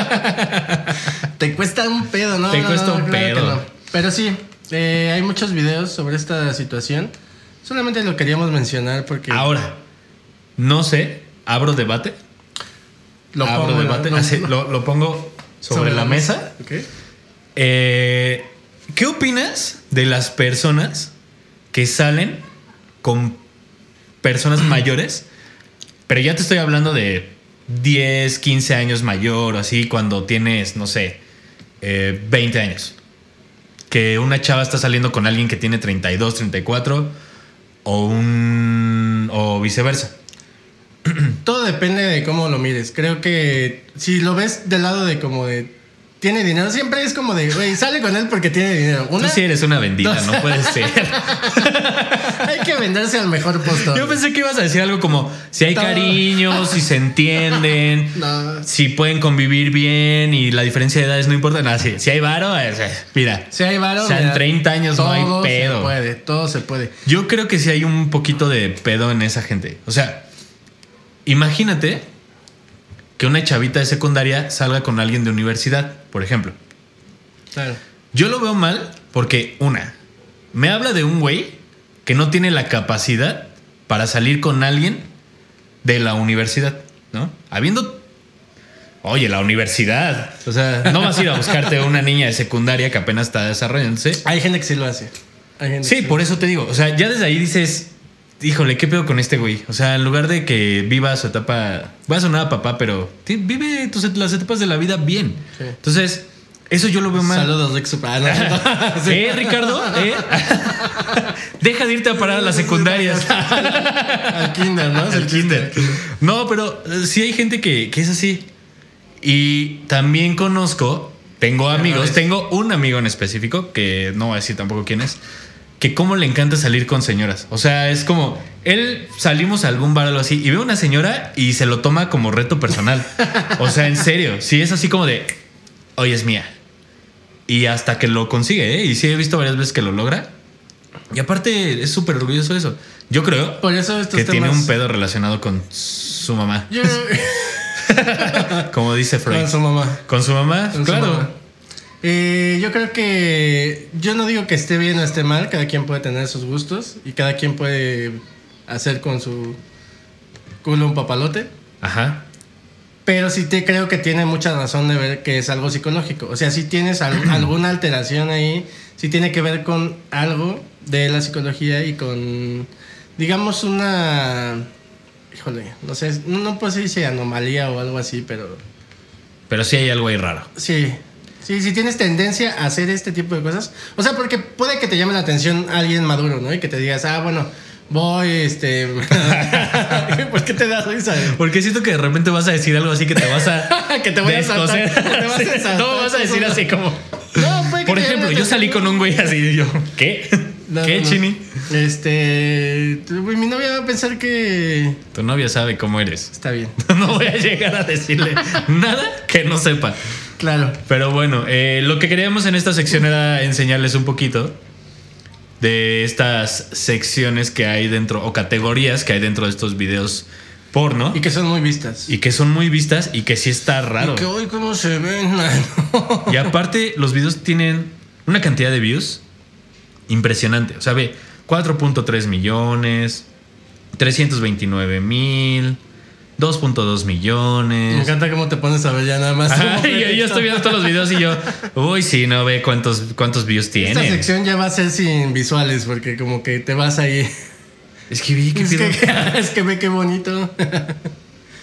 Speaker 2: abajo. Te cuesta un pedo, ¿no?
Speaker 1: Te
Speaker 2: no,
Speaker 1: cuesta
Speaker 2: no,
Speaker 1: un
Speaker 2: claro que
Speaker 1: pedo.
Speaker 2: no. Pero sí, eh, hay muchos videos sobre esta situación. Solamente lo queríamos mencionar porque
Speaker 1: Ahora, no sé, abro debate,
Speaker 2: lo
Speaker 1: abro
Speaker 2: pongo-
Speaker 1: debate,
Speaker 2: lo-
Speaker 1: así, lo- lo pongo sobre, la, mesa.
Speaker 2: Ok.
Speaker 1: Eh, ¿Qué opinas de las personas que salen con personas mayores? Pero ya te estoy hablando de 10, 15 años mayor, así, cuando tienes, no sé, eh, 20 años. Que una chava está saliendo con alguien que tiene 32, 34, o un. o viceversa.
Speaker 2: Todo depende de cómo lo mires. Creo que si lo ves del lado de como de tiene dinero, siempre es como de, güey, sale con él porque tiene dinero. Una,
Speaker 1: Tú sí eres una bendita,
Speaker 2: Dos.
Speaker 1: no puede ser.
Speaker 2: hay que venderse al mejor postor.
Speaker 1: Yo pensé que ibas a decir algo como: si hay
Speaker 2: Todo.
Speaker 1: cariño, si se entienden.
Speaker 2: No.
Speaker 1: si pueden convivir bien y la diferencia de edades no importa nada. Si, si hay varo, eh, eh, mira.
Speaker 2: Si hay varo,
Speaker 1: O sea, en
Speaker 2: mira,
Speaker 1: 30 años no hay
Speaker 2: todo
Speaker 1: pedo.
Speaker 2: Se puede, todo se puede.
Speaker 1: Yo creo que sí hay un poquito de pedo en esa gente. O sea, imagínate que una chavita de secundaria salga con alguien de universidad, por ejemplo.
Speaker 2: Claro.
Speaker 1: Yo lo veo mal porque, una, me habla de un güey que no tiene la capacidad para salir con alguien de la universidad, ¿no? Habiendo. Oye, la universidad. O sea, no vas a ir a buscarte una niña de secundaria que apenas está desarrollándose.
Speaker 2: Hay gente que sí lo hace. Hay gente que
Speaker 1: Sí, por
Speaker 2: lo
Speaker 1: eso te digo. O sea, ya desde ahí dices, híjole, ¿qué pedo con este güey? O sea, en lugar de que viva su etapa, va a sonar a papá, pero sí, vive tus, et- las etapas de la vida bien.
Speaker 2: Sí.
Speaker 1: Entonces, eso yo lo veo
Speaker 2: hace.
Speaker 1: mal.
Speaker 2: Saludos, Rick Ah, Soprano.
Speaker 1: ¿Eh, Ricardo? ¿Eh? Deja de irte a parar a las secundarias.
Speaker 2: Al kinder, ¿no? Es
Speaker 1: Al
Speaker 2: el
Speaker 1: kinder.
Speaker 2: chiste.
Speaker 1: No, pero eh, sí hay gente que, que es así. Y también conozco, tengo amigos,
Speaker 2: Errores.
Speaker 1: tengo un amigo en específico, que no voy a decir tampoco quién es, que cómo le encanta salir con señoras. O sea, es como, él salimos a algún bar o algo así y ve a una señora y se lo toma como reto personal. O sea, en serio, sí es así como de, hoy es mía. Y hasta que lo consigue, ¿eh? Y sí he visto varias veces que lo logra. Y aparte es súper orgulloso de eso. Yo creo
Speaker 2: Por eso estos
Speaker 1: que
Speaker 2: temas.
Speaker 1: tiene un pedo relacionado con su mamá,
Speaker 2: Yo-
Speaker 1: como dice Freud.
Speaker 2: Con su mamá.
Speaker 1: Con su mamá,
Speaker 2: Con su
Speaker 1: claro.
Speaker 2: mamá. Eh, yo creo que yo no digo que esté bien o esté mal, cada quien puede tener sus gustos y cada quien puede hacer con su culo un papalote,
Speaker 1: Ajá.
Speaker 2: pero sí te creo que tiene mucha razón de ver que es algo psicológico, o sea, si tienes al- alguna alteración ahí, si tiene que ver con algo de la psicología y con, digamos, una, híjole, no sé, no, no puedo decir si anomalía o algo así, pero...
Speaker 1: Pero sí hay algo ahí raro.
Speaker 2: Sí. Sí, si tienes tendencia a hacer este tipo de cosas. O sea, porque puede que te llame la atención alguien maduro, ¿no? Y que te digas, ah, bueno, voy, este. ¿Por qué te das risa?
Speaker 1: Porque siento que de repente vas a decir algo así que te vas a.
Speaker 2: Que te voy a saltar.
Speaker 1: descoser.
Speaker 2: Que te vas a
Speaker 1: Sí,
Speaker 2: saltar.
Speaker 1: No vas a decir así como.
Speaker 2: No, puede que
Speaker 1: Por
Speaker 2: te llame
Speaker 1: ejemplo,
Speaker 2: la
Speaker 1: yo salí
Speaker 2: atención.
Speaker 1: con un güey así y yo. ¿Qué?
Speaker 2: No,
Speaker 1: ¿Qué,
Speaker 2: no, no.
Speaker 1: Chini?
Speaker 2: Este. tu- güey, Mi novia va a pensar que.
Speaker 1: Tu novia sabe cómo eres.
Speaker 2: Está bien.
Speaker 1: No voy a llegar a decirle nada que no sepa.
Speaker 2: Claro.
Speaker 1: Pero bueno, eh, lo que queríamos en esta sección era enseñarles un poquito de estas secciones que hay dentro o categorías que hay dentro de estos videos porno
Speaker 2: Y que son muy vistas.
Speaker 1: y que son muy vistas y que sí está raro.
Speaker 2: Y que hoy, ¿cómo se ven, mano?
Speaker 1: Y aparte, los videos tienen una cantidad de views impresionante. O sea, ve, 4.3 millones, 329 mil, 2.2
Speaker 2: Me
Speaker 1: millones.
Speaker 2: encanta cómo te pones a ver ya nada más.
Speaker 1: Ajá, yo, yo estoy viendo todos los videos y yo, uy, sí, no ve cuántos, cuántos views
Speaker 2: Esta
Speaker 1: tiene.
Speaker 2: sección ya va a ser sin visuales, porque como que te vas ahí.
Speaker 1: Es que vi que
Speaker 2: Es que,
Speaker 1: pido-
Speaker 2: es que ve qué bonito.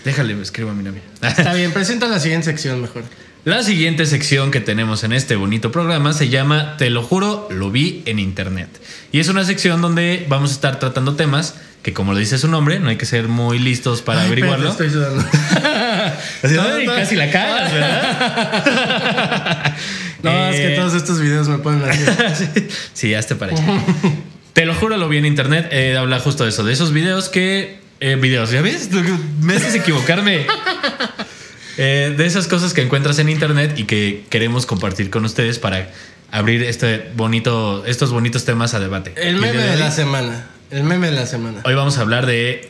Speaker 1: Déjale, escribo a mi novia.
Speaker 2: Está bien, presenta la siguiente sección mejor.
Speaker 1: La siguiente sección que tenemos en este bonito programa se llama Te lo juro, lo vi en internet. Y es una sección donde vamos a estar tratando temas que, como lo dice su nombre, no hay que ser muy listos para
Speaker 2: Ay,
Speaker 1: averiguarlo.
Speaker 2: espérate, estoy sudando.
Speaker 1: Así,
Speaker 2: No,
Speaker 1: "Ay,
Speaker 2: no.
Speaker 1: Casi la cagas, ¿verdad?
Speaker 2: No, es que
Speaker 1: Eh,
Speaker 2: todos estos videos me ponen así.
Speaker 1: sí, hazte para allá. Te lo juro, lo vi en internet. eh, habla justo de eso, de esos videos que. eh, videos, ¿ya ves? Me haces equivocarme. Eh, de esas cosas que encuentras en internet y que queremos compartir con ustedes para abrir este bonito, estos bonitos temas a debate. Y
Speaker 2: El
Speaker 1: el
Speaker 2: meme
Speaker 1: día de
Speaker 2: de la
Speaker 1: hoy-
Speaker 2: semana. El meme de la semana.
Speaker 1: Hoy vamos a hablar de.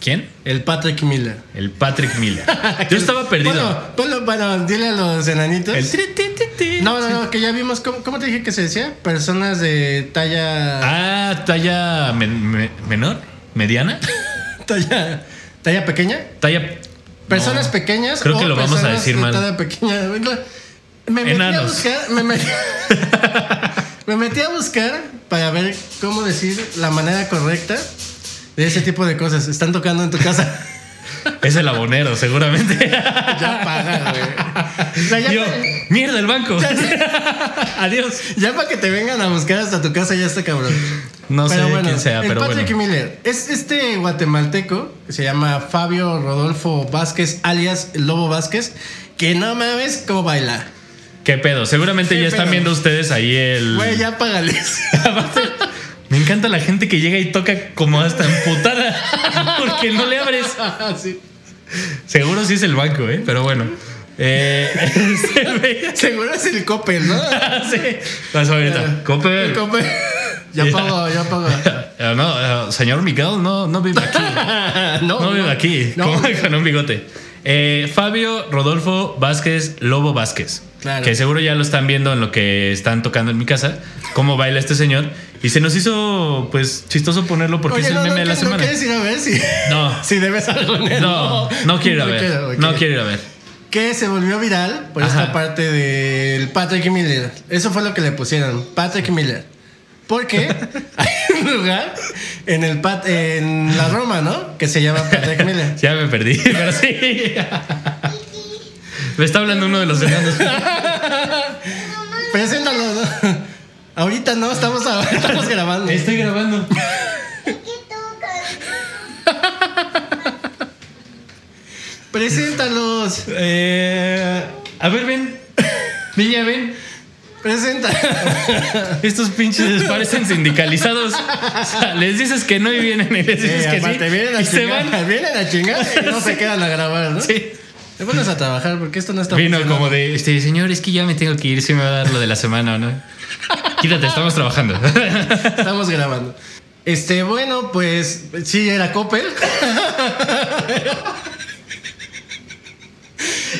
Speaker 1: ¿Quién?
Speaker 2: El Patrick Miller.
Speaker 1: El Patrick Miller. Yo estaba perdido.
Speaker 2: Bueno, ponlo, bueno, dile a los enanitos.
Speaker 1: El tri, ti, ti, ti.
Speaker 2: No, no, no, que ya vimos. ¿cómo, cómo te dije que se decía? Personas de talla.
Speaker 1: Ah, talla men- me- menor, mediana,
Speaker 2: Talla. ¿Talla pequeña?
Speaker 1: talla.
Speaker 2: Personas
Speaker 1: No.
Speaker 2: pequeñas.
Speaker 1: Creo que
Speaker 2: o
Speaker 1: lo vamos a
Speaker 2: personas
Speaker 1: decir
Speaker 2: de
Speaker 1: mal.
Speaker 2: talla pequeña. Me metí a
Speaker 1: Enanos.
Speaker 2: buscar. Me metí, me metí a buscar para ver cómo decir la manera correcta de ese tipo de cosas. Están tocando en tu casa.
Speaker 1: Es el abonero, seguramente.
Speaker 2: ya paga, güey. O sea, ya,
Speaker 1: Yo, mierda, el banco. Adiós.
Speaker 2: ya para que te vengan a buscar hasta tu casa, ya está cabrón.
Speaker 1: No sé quién sea,
Speaker 2: el
Speaker 1: pero
Speaker 2: Patrick
Speaker 1: bueno.
Speaker 2: Miller es este guatemalteco que se llama Fabio Rodolfo Vázquez, alias el Lobo Vázquez, que no mames cómo baila.
Speaker 1: ¿Qué pedo? Seguramente
Speaker 2: ¿Qué
Speaker 1: ya están
Speaker 2: pedo?
Speaker 1: viendo ustedes ahí el.
Speaker 2: Güey, ya págales.
Speaker 1: Me encanta la gente que llega y toca como hasta emputada. Porque no le abres.
Speaker 2: Sí.
Speaker 1: Seguro sí es el banco, ¿eh? Pero bueno. Eh, se ve-
Speaker 2: Seguro es el Coppel, ¿no?
Speaker 1: sí. Más ahorita. Coppel.
Speaker 2: El Coppel. Ya
Speaker 1: Ya.
Speaker 2: pago, ya pago.
Speaker 1: Eh, no, eh, señor Miguel, no, no vive aquí. No, vive aquí.
Speaker 2: No,
Speaker 1: Como con un bigote. Eh, Fabio Rodolfo Vázquez Lobo Vázquez.
Speaker 2: Claro.
Speaker 1: Que seguro ya lo están viendo en lo que están tocando en mi casa. Cómo baila este señor. Y se nos hizo, pues, chistoso ponerlo porque
Speaker 2: Oye,
Speaker 1: es el
Speaker 2: no,
Speaker 1: meme
Speaker 2: no,
Speaker 1: de la
Speaker 2: ¿no
Speaker 1: semana.
Speaker 2: quieres ir a ver si,
Speaker 1: No,
Speaker 2: si debes algo en él?
Speaker 1: no, no quiero ir a ver.
Speaker 2: quiero, ok.
Speaker 1: No quiero ir a ver.
Speaker 2: que se volvió viral por
Speaker 1: Ajá.
Speaker 2: esta parte del Patrick Miller. Eso fue lo que le pusieron, Patrick Miller. Porque hay un lugar en, el pat- en la Roma, ¿no? Que se llama Patrick Miller.
Speaker 1: Ya me perdí, pero sí. Me está hablando uno de los enanos.
Speaker 2: Preséntalo, ¿no? Ahorita no, estamos, a- estamos grabando.
Speaker 1: Estoy grabando.
Speaker 2: Preséntalos.
Speaker 1: Eh, a ver, ven. Niña, ven.
Speaker 2: Presenta.
Speaker 1: Estos pinches parecen sindicalizados. O sea, les dices que no y vienen y les dices
Speaker 2: Eh,
Speaker 1: que
Speaker 2: aparte, vienen
Speaker 1: sí.
Speaker 2: a
Speaker 1: Y se van.
Speaker 2: chingar. Vienen a chingar y no se quedan a grabar, ¿no?
Speaker 1: Sí.
Speaker 2: Te pones a trabajar porque esto no está
Speaker 1: Vino
Speaker 2: funcionando.
Speaker 1: como de, este, señor, es que ya me tengo que ir, si me va a dar lo de la semana o no. Quítate, estamos trabajando.
Speaker 2: Estamos grabando. Este, bueno, pues sí, era Coppel.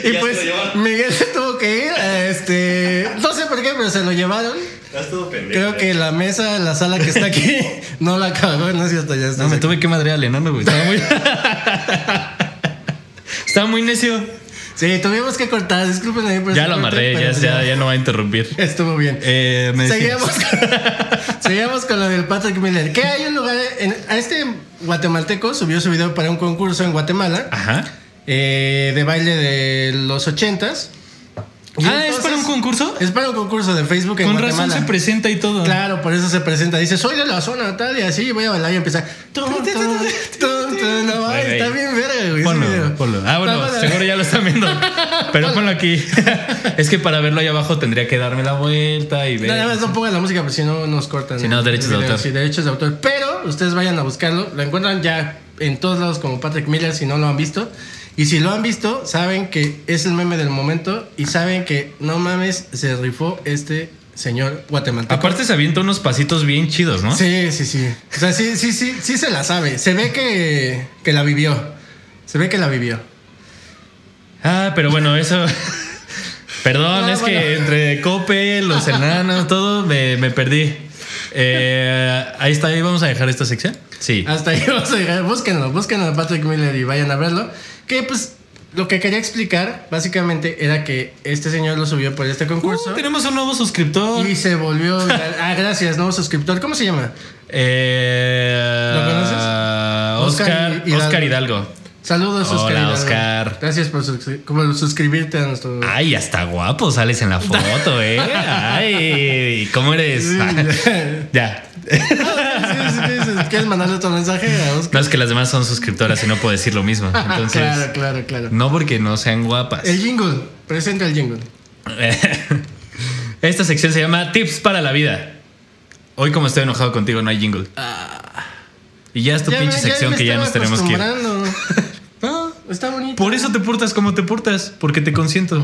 Speaker 2: y
Speaker 3: Ya
Speaker 2: pues
Speaker 3: se lo llevaron.
Speaker 2: Miguel se tuvo que ir. a, Este, no sé por qué, pero se lo llevaron.
Speaker 3: Estás todo pendejo.
Speaker 2: Creo que la mesa, la sala que está aquí, no la cagó, no es cierto, ya está.
Speaker 1: No, me tuve que madrear al enano, güey. Estaba muy... Estaba muy necio.
Speaker 2: Sí, tuvimos que cortar, disculpen ahí por
Speaker 1: Ya
Speaker 2: ese
Speaker 1: lo
Speaker 2: corte,
Speaker 1: amarré, ya,
Speaker 2: pero
Speaker 1: ya, ya no va a interrumpir.
Speaker 2: Estuvo bien.
Speaker 1: Eh, me decías.
Speaker 2: Seguimos con, seguimos con lo del Patrick Miller. Que hay un lugar, en- a este guatemalteco subió su video para un concurso en Guatemala.
Speaker 1: Ajá.
Speaker 2: eh, de baile de los ochentas. Y
Speaker 1: Ah, ¿es
Speaker 2: entonces-
Speaker 1: para un concurso?
Speaker 2: Es para un concurso de Facebook en
Speaker 1: Con
Speaker 2: Guatemala.
Speaker 1: razón se presenta y todo.
Speaker 2: Claro, por eso se presenta. Dice, soy de la zona tal y así voy a bailar y empezar. Tum, tum, tum, tum. No,
Speaker 1: Güey,
Speaker 2: ay, está
Speaker 1: güey.
Speaker 2: bien verga, güey. ese
Speaker 1: Ponlo,
Speaker 2: video.
Speaker 1: ponlo. Ah, bueno,
Speaker 2: Vamos a-
Speaker 1: seguro ya lo están viendo. Pero ponlo aquí. es que para verlo ahí abajo tendría que darme la vuelta y ver.
Speaker 2: Nada más no pongan la música, porque si no nos cortan.
Speaker 1: Si no,
Speaker 2: el
Speaker 1: derechos de
Speaker 2: video.
Speaker 1: autor.
Speaker 2: Sí, derechos de autor. Pero ustedes vayan a buscarlo. Lo encuentran ya en todos lados como Patrick Miller si no lo han visto. Y si lo han visto, saben que es el meme del momento y saben que no mames, se rifó este señor guatemalteco.
Speaker 1: Aparte se avienta unos pasitos bien chidos, ¿no?
Speaker 2: Sí, sí, sí. O sea, sí, sí, sí, sí se la sabe. Se ve que, que la vivió. Se ve que la vivió.
Speaker 1: Ah, pero bueno, eso... Perdón,
Speaker 2: Ah,
Speaker 1: es que
Speaker 2: bueno.
Speaker 1: entre Cope, los enanos, todo, me, me perdí. Eh, ahí está, ahí vamos a dejar esta sección. Sí.
Speaker 2: Hasta ahí vamos a llegar. Búsquenlo, búsquenlo a Patrick Miller y vayan a verlo. Que pues lo que quería explicar básicamente era que este señor lo subió por este concurso
Speaker 1: Uh, tenemos un nuevo suscriptor.
Speaker 2: y se volvió. viral. ah, gracias, nuevo suscriptor. ¿Cómo se llama?
Speaker 1: Eh, ah,
Speaker 2: ¿Lo conoces?
Speaker 1: Oscar,
Speaker 2: Oscar Hidalgo.
Speaker 1: Oscar Hidalgo.
Speaker 2: Saludos, Oscar.
Speaker 1: Hola,
Speaker 2: Hidalgo.
Speaker 1: Oscar. Ah,
Speaker 2: Gracias por suscri- como suscribirte a nuestro.
Speaker 1: Ay, hasta guapo sales en la foto, ¿eh? Ay, ¿cómo eres? Ah,
Speaker 2: Sí, ya.
Speaker 1: ya.
Speaker 2: Sí, sí, sí. ¿Quieres mandarle otro mensaje a Oscar?
Speaker 1: No es que las demás son suscriptoras y no puedo decir lo mismo. Entonces,
Speaker 2: Ah, claro, claro, claro.
Speaker 1: no porque no sean guapas.
Speaker 2: Eh. El jingle, presenta el jingle.
Speaker 1: Esta sección se llama Tips para la vida. Hoy como estoy enojado contigo no hay jingle. Y ya es tu
Speaker 2: Ah. Ya me-
Speaker 1: pinche
Speaker 2: ya me
Speaker 1: sección que ya
Speaker 2: estaba
Speaker 1: nos tenemos que ir.
Speaker 2: acostumbrando. No, está bonito.
Speaker 1: Por eso te portas como te portas, porque te consiento.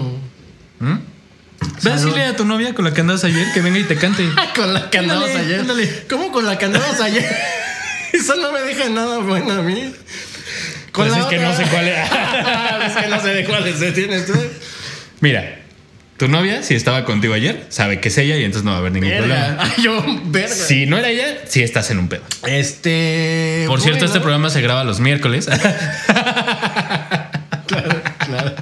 Speaker 1: ¿Mm? Ve a
Speaker 2: Oh. Salud.
Speaker 1: decirle a tu novia con la que andabas ayer que venga y te cante.
Speaker 2: con la que andabas
Speaker 1: Ándale,
Speaker 2: ayer.
Speaker 1: ándale.
Speaker 2: ¿Cómo con la que andabas ayer? Eso no me deja nada bueno a mí.
Speaker 1: Pues es que no sé cuál era.
Speaker 2: es que no sé de cuáles se ¿eh? tiene tú.
Speaker 1: Mira, tu novia, si estaba contigo ayer, sabe que es ella y entonces no va a haber ningún
Speaker 2: Verga.
Speaker 1: problema.
Speaker 2: Ay, Yo, verga.
Speaker 1: Si no era ella, sí estás en un pedo.
Speaker 2: Este.
Speaker 1: Por cierto,
Speaker 2: bueno,
Speaker 1: este programa se graba los miércoles.
Speaker 2: Claro, claro.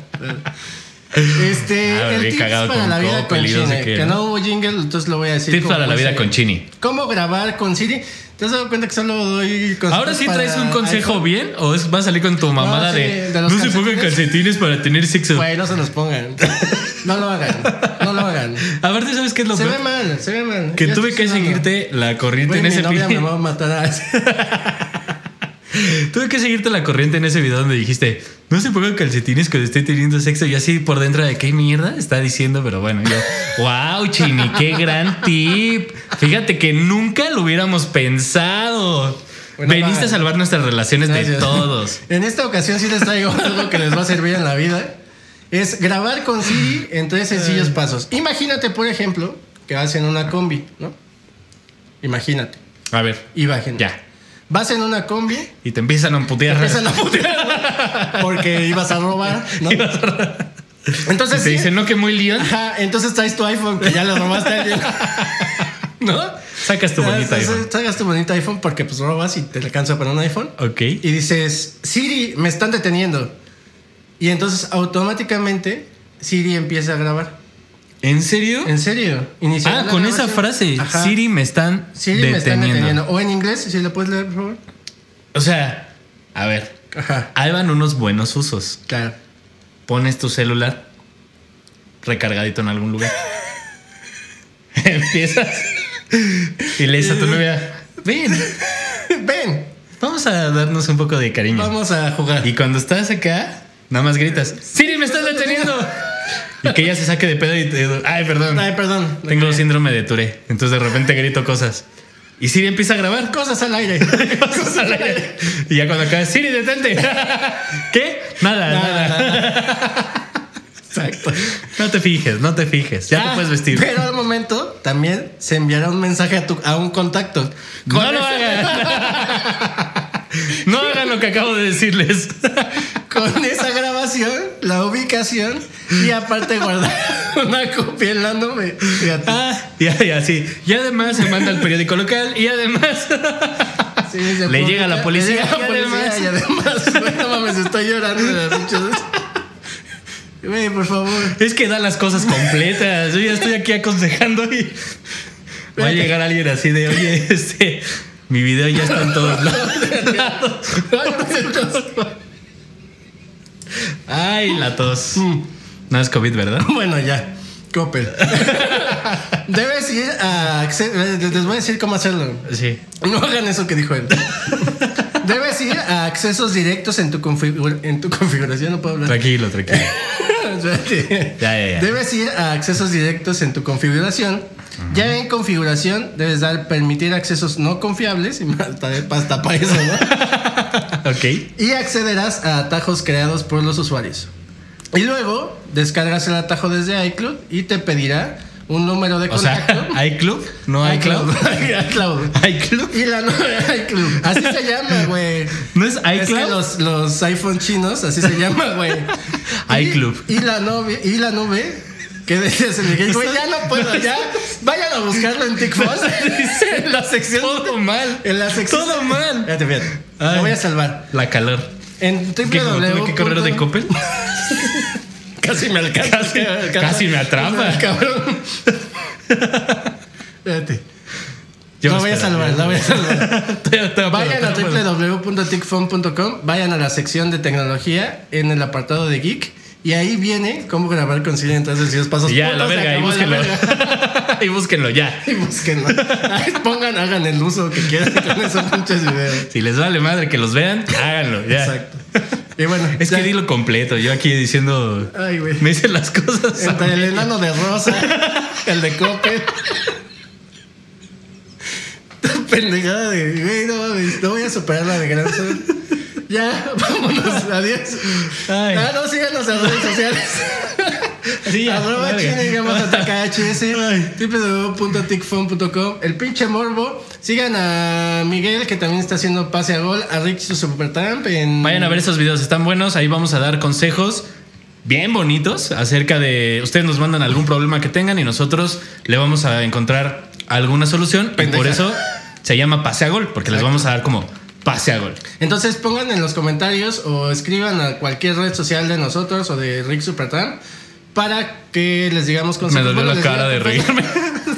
Speaker 2: Este,
Speaker 1: Ah, me
Speaker 2: el
Speaker 1: había
Speaker 2: tips
Speaker 1: cagado
Speaker 2: para
Speaker 1: con
Speaker 2: la vida
Speaker 1: Coppel
Speaker 2: con
Speaker 1: y no sé
Speaker 2: Chine.
Speaker 1: qué,
Speaker 2: Que
Speaker 1: ¿no?
Speaker 2: no hubo jingle, entonces lo voy a decir.
Speaker 1: Tips
Speaker 2: como
Speaker 1: para la
Speaker 2: muy
Speaker 1: vida
Speaker 2: serio.
Speaker 1: con Chini.
Speaker 2: ¿Cómo grabar con Siri? ¿Te has dado cuenta que solo doy consejos
Speaker 1: ¿Ahora sí traes
Speaker 2: Pues para
Speaker 1: un consejo
Speaker 2: iPhone?
Speaker 1: bien o es, va a salir con tu mamada
Speaker 2: sí,
Speaker 1: de,
Speaker 2: de
Speaker 1: no
Speaker 2: los
Speaker 1: se pongan calcetines para tener sexo?
Speaker 2: Güey, no se los pongan. No lo hagan. No lo hagan.
Speaker 1: A ver, ¿tú sabes qué es lo
Speaker 2: Se ve
Speaker 1: peor?
Speaker 2: mal, se ve mal.
Speaker 1: Que
Speaker 2: Ya
Speaker 1: tuve
Speaker 2: estoy
Speaker 1: que
Speaker 2: sudando.
Speaker 1: seguirte la corriente
Speaker 2: Güey,
Speaker 1: en
Speaker 2: mi
Speaker 1: ese
Speaker 2: novia me
Speaker 1: video.
Speaker 2: va a matar Ah, a-
Speaker 1: Tuve que seguirte la corriente en ese video donde dijiste, no se pongan calcetines cuando estoy teniendo sexo. Y así por dentro de qué mierda está diciendo, pero bueno, yo, wow, Chini, qué gran tip. Fíjate que nunca lo hubiéramos pensado.
Speaker 2: Bueno,
Speaker 1: Veniste
Speaker 2: va.
Speaker 1: a salvar nuestras relaciones de
Speaker 2: Gracias.
Speaker 1: todos.
Speaker 2: En esta ocasión sí les traigo algo que les va a servir en la vida. Es grabar con Siri en tres sencillos pasos. Imagínate, por ejemplo, que vas en una combi, ¿no? Imagínate.
Speaker 1: A ver,
Speaker 2: Imagínate.
Speaker 1: ya.
Speaker 2: Vas en una combi.
Speaker 1: Y te empiezan a putear.
Speaker 2: Empiezan a putear porque ibas a robar, ¿no? Entonces,
Speaker 1: Te
Speaker 2: sí,
Speaker 1: dicen, no, que muy león.
Speaker 2: ajá, entonces traes tu iPhone que ya le robaste a alguien.
Speaker 1: ¿No? Sacas tu bonita
Speaker 2: Entonces,
Speaker 1: iPhone.
Speaker 2: Traigas tu bonito iPhone porque pues robas y te alcanza para un iPhone.
Speaker 1: Ok.
Speaker 2: Y dices, Siri, me están deteniendo. Y entonces automáticamente Siri empieza a grabar.
Speaker 1: ¿En serio?
Speaker 2: ¿En serio? Iniciará
Speaker 1: Ah,
Speaker 2: la
Speaker 1: con esa
Speaker 2: grabación.
Speaker 1: frase.
Speaker 2: Ajá.
Speaker 1: Siri me están,
Speaker 2: Siri
Speaker 1: deteniendo.
Speaker 2: me están deteniendo. O en inglés, si lo puedes leer, por favor.
Speaker 1: O sea, a ver,
Speaker 2: Ajá,
Speaker 1: ahí van unos buenos usos.
Speaker 2: claro.
Speaker 1: Pones tu celular recargadito en algún lugar. Empiezas y le dices a tu novia, ven,
Speaker 2: Ven,
Speaker 1: vamos a darnos un poco de cariño.
Speaker 2: vamos a jugar.
Speaker 1: Y cuando estás acá, nada más gritas, Siri me están deteniendo. Y que ella se saque de pedo y te... Ay, perdón.
Speaker 2: Ay, perdón.
Speaker 1: Tengo síndrome de Touré, entonces de repente grito cosas. Y Siri empieza a grabar
Speaker 2: Cosas al aire.
Speaker 1: cosas al aire. Y ya cuando acaba, Siri, detente. ¿Qué? Nada, nada.
Speaker 2: Exacto.
Speaker 1: No te fijes, no te fijes. Ya te
Speaker 2: Ah,
Speaker 1: puedes vestir.
Speaker 2: Pero al momento también se enviará un mensaje a, tu, a un contacto.
Speaker 1: No lo hagan. No hagan lo que acabo de decirles.
Speaker 2: Con esa grabación, la ubicación y aparte guardar una copia en la nube. Fíjate.
Speaker 1: Ah, y, y así. Y además se manda al periódico local y además.
Speaker 2: Sí, se
Speaker 1: Le llega la policía,
Speaker 2: le llega la
Speaker 1: y además-
Speaker 2: policía y además, güey, no mames, estoy llorando de las pinches- Güey, por favor.
Speaker 1: Es que da las cosas completas. Yo ya estoy aquí aconsejando y. Va a llegar alguien así de, oye, este. Mi video ya está en todos lados. Ay, la tos. No es COVID, ¿verdad?
Speaker 2: Bueno, ya. Coppel. Debes ir a. acce- Les voy a decir cómo hacerlo.
Speaker 1: Sí.
Speaker 2: No hagan eso que dijo él. Debes ir a accesos directos en tu, configu- en tu configuración. No puedo hablar.
Speaker 1: Tranquilo, tranquilo.
Speaker 2: Espérate.
Speaker 1: Ya, ya, ya.
Speaker 2: Debes ir a accesos directos en tu configuración. Ya en configuración debes dar permitir accesos no confiables. Y hasta, hasta para eso, ¿no?
Speaker 1: Ok.
Speaker 2: y accederás a atajos creados por los usuarios. Y luego descargas el atajo desde iCloud y te pedirá un número de
Speaker 1: O
Speaker 2: contacto. Ah,
Speaker 1: sea, iClub, no iCloud.
Speaker 2: iCloud.
Speaker 1: iCloud.
Speaker 2: Y la nueva iCloud. Así se llama, güey.
Speaker 1: ¿No es
Speaker 2: Es que
Speaker 1: iCloud?
Speaker 2: los, los iPhone chinos, así se llama, güey. Y-
Speaker 1: iClub.
Speaker 2: Y, la nube, y la nube, que decías en el game, güey, ya no puedo, ya. Vayan a buscarlo en TikTok.
Speaker 1: Dice la sección. Todo mal.
Speaker 2: En la sección.
Speaker 1: Todo mal.
Speaker 2: Fíjate, fíjate.
Speaker 1: Ay.
Speaker 2: Lo voy a salvar.
Speaker 1: La calor.
Speaker 2: En
Speaker 1: Que como tuve
Speaker 2: www.
Speaker 1: que correr de Coppel.
Speaker 2: Casi me alcanza.
Speaker 1: Casi- casi me atrapa.
Speaker 2: Cabrón. Fíjate.
Speaker 1: Yo
Speaker 2: la
Speaker 1: me
Speaker 2: voy a
Speaker 1: esperaba.
Speaker 2: salvar, la voy a salvar.
Speaker 1: Te- te-
Speaker 2: Vayan a
Speaker 1: te-
Speaker 2: www.tickfon.com, vayan a la sección de tecnología en el apartado de Geek y ahí viene cómo grabar con Siri en tres sencillos pasos.
Speaker 1: Y ya,
Speaker 2: Punto,
Speaker 1: la
Speaker 2: se
Speaker 1: verga, y
Speaker 2: acabó la
Speaker 1: búsquenlo.
Speaker 2: verga.
Speaker 1: y búsquenlo ya.
Speaker 2: Y búsquenlo. Ay, Pongan, hagan el uso que quieran con esos pinches videos.
Speaker 1: Si les vale madre que los vean, háganlo ya.
Speaker 2: Exacto. Y bueno,
Speaker 1: Es
Speaker 2: ya-
Speaker 1: que dilo completo. Yo aquí diciendo.
Speaker 2: Ay, güey.
Speaker 1: Me dicen las cosas. a
Speaker 2: Entre el
Speaker 1: mí.
Speaker 2: enano de rosa, el de Coppel. Esta pendejada de. Güey, no mames, no voy a superar la de Gran Sol. Ya, vámonos, adiós.
Speaker 1: Ay.
Speaker 2: Ah, no, síganos en redes sociales.
Speaker 1: Sí, ya,
Speaker 2: Arroba
Speaker 1: verga.
Speaker 2: china-tkhs, www.ticfon.com, El pinche morbo. Sigan a Miguel, que también está haciendo pase a gol. A Rich, su supertramp. En...
Speaker 1: Vayan a ver esos videos, están buenos. Ahí vamos a dar consejos bien bonitos acerca de. Ustedes nos mandan algún problema que tengan y nosotros le vamos a encontrar alguna solución. Y
Speaker 2: Pendeja.
Speaker 1: por eso se llama pase a gol, porque les vamos a dar como pase a gol.
Speaker 2: Entonces pongan en los comentarios o escriban a cualquier red social de nosotros o de Rick Supertram para que les digamos
Speaker 1: Me
Speaker 2: consejos.
Speaker 1: dolió
Speaker 2: Bueno,
Speaker 1: la
Speaker 2: les
Speaker 1: cara de
Speaker 2: digamos
Speaker 1: reírme.
Speaker 2: consejos.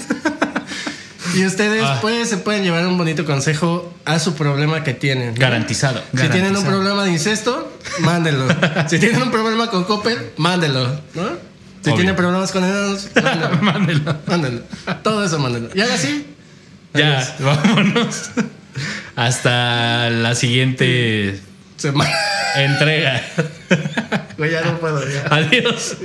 Speaker 2: Y ustedes
Speaker 1: Ah.
Speaker 2: pues se pueden llevar un bonito consejo a su problema que tienen.
Speaker 1: Garantizado.
Speaker 2: Si tienen un
Speaker 1: garantizado.
Speaker 2: problema de incesto, mándenlo. si tienen un problema con Copper, mándenlo. ¿no? Si
Speaker 1: Obvio.
Speaker 2: tienen problemas con enanos, mándenlo.
Speaker 1: Mándelo.
Speaker 2: mándenlo. Todo eso mándenlo. Y ahora sí.
Speaker 1: Ya, vámonos. Hasta la siguiente
Speaker 2: Se ma-
Speaker 1: entrega.
Speaker 2: Güey, ya no puedo. ya.
Speaker 1: Adiós.